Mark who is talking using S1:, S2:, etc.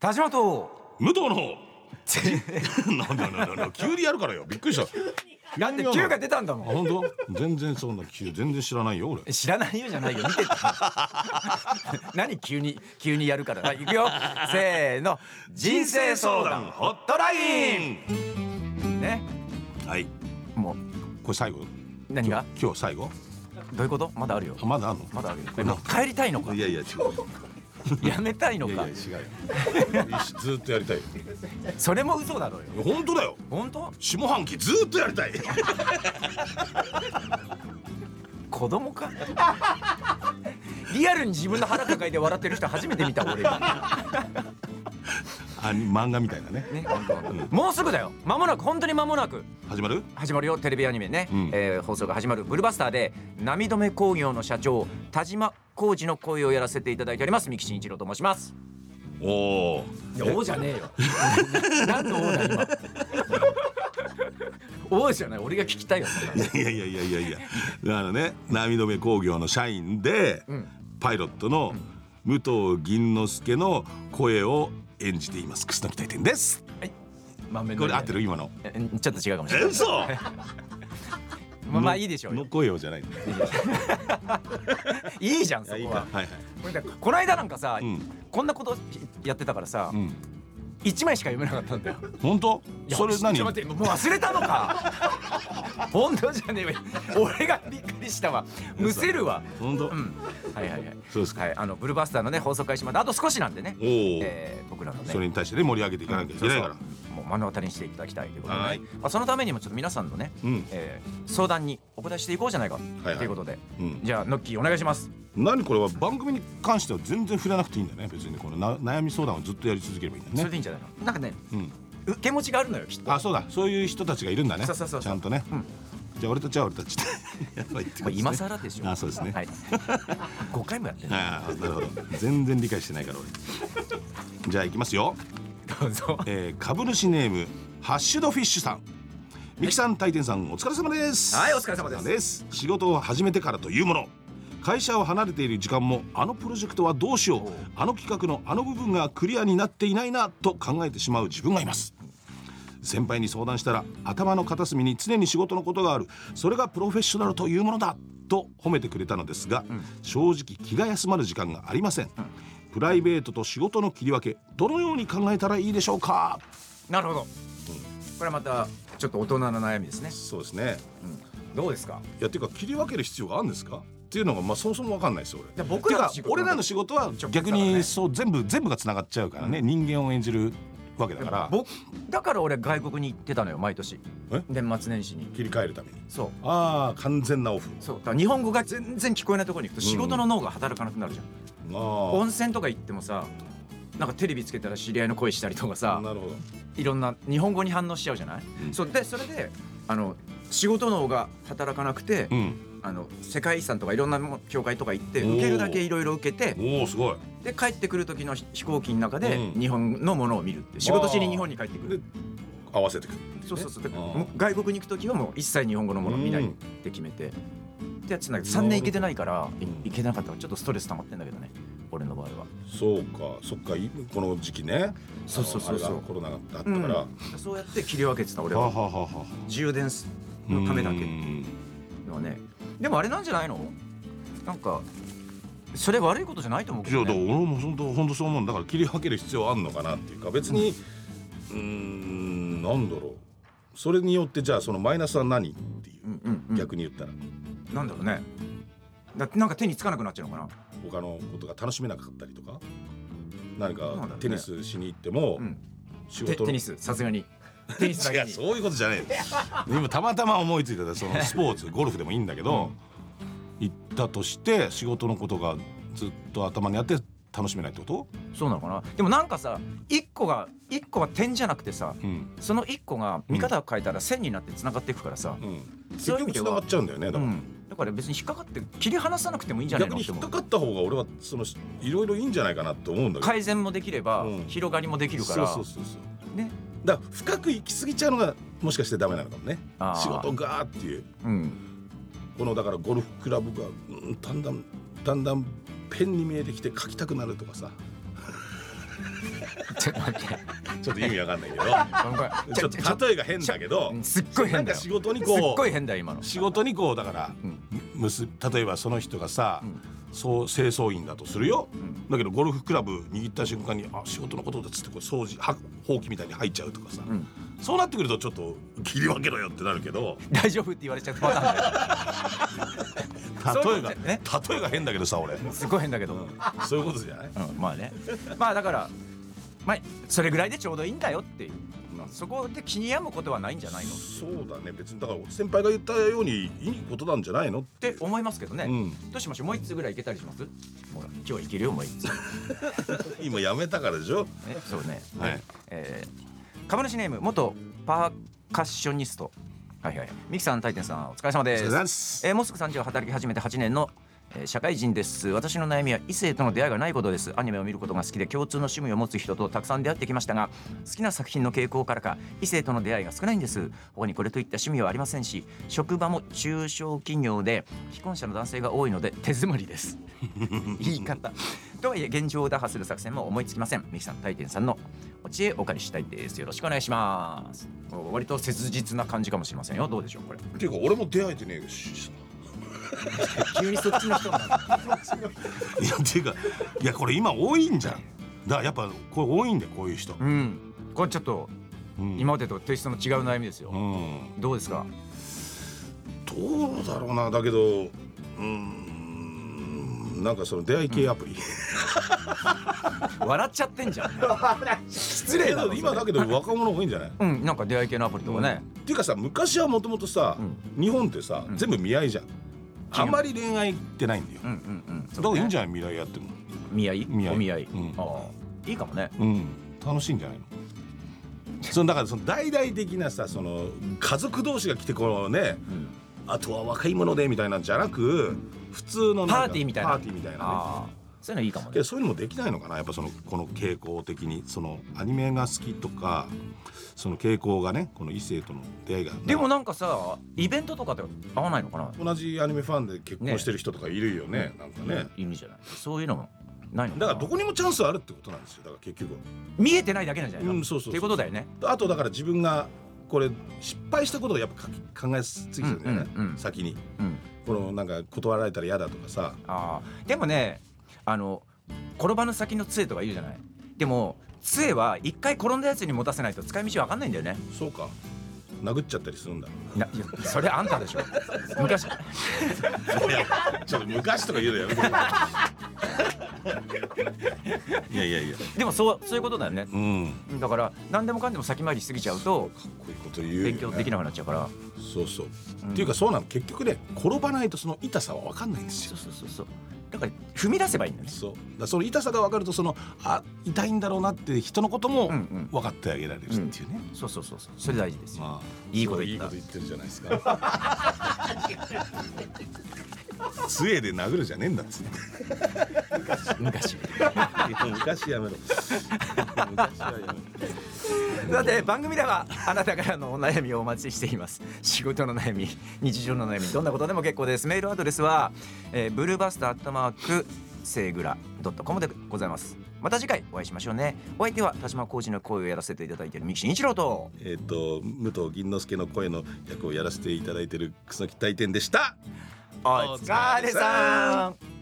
S1: 田島と
S2: 武藤の なんだなんだなんだ急にやるからよびっくりした
S1: だって9が出たんだ
S2: あ
S1: もん
S2: 本当全然そんな急全然知らないよ俺
S1: え知らないようじゃないよ見 てた何急に急にやるからはい行くよせーの人生相談ホットラインね
S2: はい
S1: も
S2: これ最後
S1: う何が
S2: 今日最後
S1: どういうことまだあるよ
S2: あまだあんの
S1: まだあるよ
S2: え
S1: もう帰りたいのか
S2: いやいや違
S1: やめたいの
S2: うい
S1: か
S2: やいや違うよずーっとやりたいよ
S1: それも嘘だろよ
S2: 本当だよ
S1: 本当
S2: 下半期ずーっとやりたい
S1: 子供かリアルに自分の腹抱えて笑ってる人初めて見た俺
S2: あ漫画みたいなね
S1: ね本当もうすぐだよ間もなく本当に間もなく
S2: 始まる
S1: 始まるよテレビアニメね、
S2: うん
S1: えー放送が始まる「ブルバスター」で波止め工業の社長田島浩二の声をやらせていただいております三木真一郎と申します
S2: おお
S1: いや王じゃねえ よ何の王だ今王じゃない俺が聞きたいよそんない
S2: やいやいやいやいやいやだからね波止め工業の社員で、
S1: ん
S2: パイロットの武藤銀之助の声を演じています楠木大天です
S1: 豆の
S2: これ合ってる今の
S1: えちょっと違うかもしれ
S2: え
S1: ない
S2: 嘘
S1: まあまあいいでしょう
S2: の
S1: よ
S2: 声をじゃないのい
S1: いいじゃんそ
S2: やいい
S1: こ
S2: か
S1: は
S2: はいはい
S1: これだこの間なんかさ、
S2: うん
S1: こんなことやってたからさ、
S2: うん
S1: 一枚しか読めなかったんだよ
S2: 本当
S1: いや
S2: それ何
S1: ちょっと待ってもう忘れたの か本当じゃねえわ俺がびっくりしたわむせるわ
S2: 本当、
S1: うんはいはいはい
S2: そうですか、
S1: はいあのブルーバスターのね放送開始まであと少しなんでね
S2: おお、
S1: えー僕らのね
S2: それに対してね盛り上げていかなきゃいけないから、
S1: そうそうもう目の当たりにしていただきたいということで、
S2: はい
S1: まあ、そのためにもちょっと皆さんのね、
S2: うん
S1: えー相談にお答えしていこうじゃないか
S2: いはい
S1: ということで、
S2: うん
S1: じゃあノッキーお願いします
S2: 何これは番組に関しては全然触れなくていいんだよね別にこのな悩み相談をずっとやり続ければいいんだよね
S1: それでいいんじゃないのなんかね
S2: うん
S1: 受け持ちがあるのよきっと
S2: あそうだそういう人たちがいるんだね
S1: そうそうそう
S2: ちゃんとね、
S1: うん
S2: じゃあ俺たちは俺たちでやばいっ
S1: こ
S2: て ことですね
S1: れ今更でしょ
S2: あそうですね、
S1: はい、5回もやってる
S2: ああなるほど全然理解してないから俺じゃあいきますよ、
S1: どうぞ
S2: えー、株主ネームハッシュドフィッシュさんミキさん、大天さんお疲れ様です
S1: はいお疲れ様です
S2: 仕事を始めてからというもの会社を離れている時間もあのプロジェクトはどうしよう
S1: おう
S2: あの企画のあの部分がクリアになっていないなと考えてしまう自分がいます先輩に相談したら頭の片隅に常に仕事のことがあるそれがプロフェッショナルというものだと褒めてくれたのですが、正直気が休まる時間がありません、プライベートと仕事の切り分けどのように考えたらいいでしょうか
S1: なるほど、これはまたちょっと大人の悩みですね、
S2: そうですね
S1: どうですか
S2: いやていうか切り分ける必要があるんですかっていうのがまあそもそも分かんないですよ
S1: いや
S2: 俺
S1: 僕らの
S2: て
S1: 仕事
S2: いうか俺らの仕事は
S1: 直接だか
S2: 逆
S1: らね
S2: にそう全部全部がつながっちゃうからね、人間を演じるわけだから
S1: 僕だから俺外国に行ってたのよ毎年
S2: え
S1: 年末年始に
S2: 切り替えるために
S1: そう
S2: ああ完全なオフ
S1: そうだから日本語が全然聞こえないところに行くと仕事の脳が働かなくなるじゃん、
S2: あ
S1: 温泉とか行ってもさなんかテレビつけたら知り合いの声したりとか
S2: あ
S1: さ
S2: なるほど
S1: いろんな日本語に反応しちゃうじゃない、
S2: うん
S1: そうでそれであの仕事の脳が働かなくて、
S2: うん
S1: あの世界遺産とかいろんなも教会とか行って
S2: おー
S1: 受けるだけいろいろ受けて
S2: おおすごい
S1: で帰ってくる時の飛飛行機の中で
S2: うん
S1: 日本のものを見るって仕事しに日本に帰ってくる
S2: で合わせてくる
S1: そうそうそうだ
S2: あ
S1: から
S2: ー
S1: もう外国に行く時はもう一切日本語のものを見ないって決めてってやってたんだけど3年行けてないからい
S2: うん
S1: 行けなかったからちょっとストレス溜まってんだけどね俺の場合は
S2: そうかそっかいこの時期ね
S1: そうそうそうそう
S2: あのあれがコロナがあったか
S1: うん
S2: ら、
S1: そうやって切り分けてた俺
S2: はあ
S1: は
S2: はあはあは
S1: 充電す
S2: あ
S1: のためだけ
S2: うん
S1: のはねでもあれなんじゃないのなんかそれ悪いことじゃないと思うけ
S2: いや
S1: ど
S2: だから
S1: ね
S2: 俺も本当本当そう思うんだから切り分ける必要あんのかなっていうか別にうーんなんだろうそれによってじゃあそのマイナスは何っていううん
S1: うんうん
S2: 逆に言ったら
S1: なんだろうねだってなんか手につかなくなっちゃうのかな
S2: 他のことが楽しめなかったりとか何
S1: うなんだろう
S2: か
S1: ね
S2: テニスしに行っても
S1: うん
S2: 仕
S1: テ
S2: 事の
S1: テニスさすが にテニスだけ
S2: 違う
S1: に
S2: そういうことじゃねえよ今たまたま思いついたそのスポーツゴルフでもいいんだけど行ったとして仕事のことがずっと頭にあって楽しめないってこと
S1: そうなのかなでもなんかさ一個が一個は点じゃなくてさ
S2: うん
S1: その一個が見方を変えたら線になって繋がっていくからさ、
S2: うん結
S1: そういう意味
S2: 局
S1: で
S2: つ
S1: は
S2: ながっちゃうんだよねだ
S1: う
S2: から。
S1: ん、だから別に引っかかって切り離さなくてもいいんじゃない
S2: 逆
S1: の
S2: に
S1: って
S2: 引っ
S1: 思
S2: か
S1: う
S2: かった方が俺はそのいろいろいいんじゃないかなと思うんだけど
S1: 改善もできれば、
S2: うん
S1: 広がりもできるから
S2: そうそうそうそう
S1: ね、
S2: だから深く行き過ぎちゃうのがもしかしてダメなのかもね
S1: あー
S2: 仕事ガーっていう
S1: うん、
S2: このだからゴルフクラブが、 うんだんだんだんだんペンに見えてきて書きたくなるとかさ
S1: ちょっと待って
S2: ちょっと意味わかんないけど
S1: ごめんごめん
S2: ちょっ
S1: ちょ
S2: と例えが変だけど
S1: うんすっごい変だ
S2: なんか
S1: よ
S2: 仕事にこう
S1: すっごい変だよ今の
S2: 仕事にこうだから、むす例えばその人がさ、そう清掃員だとするよ、だけどゴルフクラブ握った瞬間にあ仕事のことだっつってこう掃除はほうきみたいに入っちゃうとかさ、そうなってくるとちょっと切り分けろよってなるけど
S1: 大丈夫って言われちゃったパター ンだよそう
S2: 例
S1: いう
S2: え
S1: こ
S2: が
S1: とだよね
S2: 例えが変だけどさ俺
S1: すごい変だけど、
S2: そういうことじゃない
S1: うん、まあね まあだからまあそれぐらいでちょうどいいんだよっていう、
S2: まあ
S1: そこで気に病むことはないんじゃないのっ
S2: そうだね別にだから先輩が言ったようにいいことなんじゃないのって
S1: て思いますけどね、
S2: うん
S1: どうしましょうもう一つぐらいいけたりしますほら今日いけるよもう一 つ、ね、
S2: 今やめたからでしょ
S1: そうね、
S2: はい
S1: えー、株主ネーム元パーカッショニストはいはいミキさん大天さんお疲れ様
S2: あ
S1: で
S2: りが
S1: す
S2: とうございます
S1: えーもうすぐ30を働き始めて8年の、えー社会人です私の悩みは異性との出会いがないことですアニメを見ることが好きで共通の趣味を持つ人とたくさん出会ってきましたが好きな作品の傾向からか異性との出会いが少ないんです他にこれといった趣味はありませんし職場も中小企業で既婚者の男性が多いので手詰まりです 言い方とはいえ現状を打破する作戦も思いつきませんミキさん大天さんのお知恵お借りしたいですよろしくお願いしますお割と切実な感じかもしれませんよどうでしょうこれ
S2: っていうか俺も出会えてねえし
S1: 急にそっちの人になる
S2: いやっていうかいやこれ今多いんじゃんだからやっぱこれ多いんだよこういう人、
S1: うん、これちょっと
S2: うん
S1: 今までとテイストの違う悩みですよ。
S2: うん
S1: どうですか。
S2: どうだろうなだけどうーんなんかその出会い系アプリ、
S1: 笑っちゃってんじ ゃん。失礼だろ
S2: けど今だけど若者多いんじゃない
S1: うん、なんか出会い系のアプリとかね。
S2: っていうかさ昔はもともとさ、日本ってさ、全部見合いじゃんあんまり恋愛ってないんだよ、
S1: うんうんうん。
S2: だからいいんじ
S1: ゃ
S2: ゃない未来やっても
S1: ん。見合い。
S2: 見合い
S1: お見合い。
S2: うん
S1: ああ、いいかもね。
S2: うん楽しいんじゃないのそのだからその大々的なさその家族同士が来てこうね
S1: うん、
S2: あとは若い者でみたいなんじゃなく普通のんか
S1: パーティーみたいな
S2: パーティーみたいなね
S1: ああ、そういうのいいかも
S2: け
S1: ね
S2: ど。そういうのもできないのかなやっぱそのこの傾向的にそのアニメが好きとかその傾向がねこの異性との出会いが
S1: でもなんかさ、イベントとかで合わないのかな。
S2: 同じアニメファンで結婚してる人とかいるよねなんかね
S1: いるじゃない。そういうのも。ないのかな
S2: だからどこにもチャンスあるってことなんですよだから結局は
S1: 見えてないだけなんじゃないか。
S2: うんそうそうそ
S1: っ
S2: う
S1: ていうことだよね。
S2: あとだから自分がこれ失敗したことをやっぱか考えすぎてるんだよね、
S1: うんうんうん
S2: 先に
S1: うん。
S2: このなんか断られたら嫌だとかさ
S1: あーでもねあの転ばぬ先の杖とか言うじゃないでも杖は一回転んだやつに持たせないと使い道わかんないんだよね
S2: そうか殴っちゃったりするんだ
S1: ないやそれあんたでしょ昔
S2: いやちょっと昔とか言うのやめてくれいやいやいや
S1: でもそうそういうことだよね
S2: うん
S1: だ
S2: か
S1: から何でもかんでも先回りしすぎちゃうと
S2: っこいいこと言うよ、ね、
S1: 勉強できなくなっちゃうから
S2: そうそう、っていうかそうなの結局ね転ばないとその痛さは分かんないんです
S1: そ
S2: よ
S1: うそうそうそうだから踏み出せばいいんだよね
S2: そうだからその痛さが分かるとそのあ痛いんだろうなって人のことも
S1: うんうん
S2: 分かってあげられるっていうね、
S1: そうそうそうそうそれ大事ですよ、
S2: まあ
S1: いいこと言っ
S2: い
S1: た
S2: いこと言ってるじゃないですか 杖で殴るじゃねえんだっつって
S1: 昔
S2: 昔やめろ昔はやめろ
S1: さて番組ではあなたからのお悩みをお待ちしています仕事の悩み日常の悩みどんなことでも結構ですメールアドレスは、えー、ブルーバスターアットマークセーグラドットコムでございますまた次回お会いしましょうねお相手は田島浩二の声をやらせていただいている三木真一郎と
S2: えっ、と武藤銀之助の声の役をやらせていただいてる楠木大天でした
S1: お疲れさん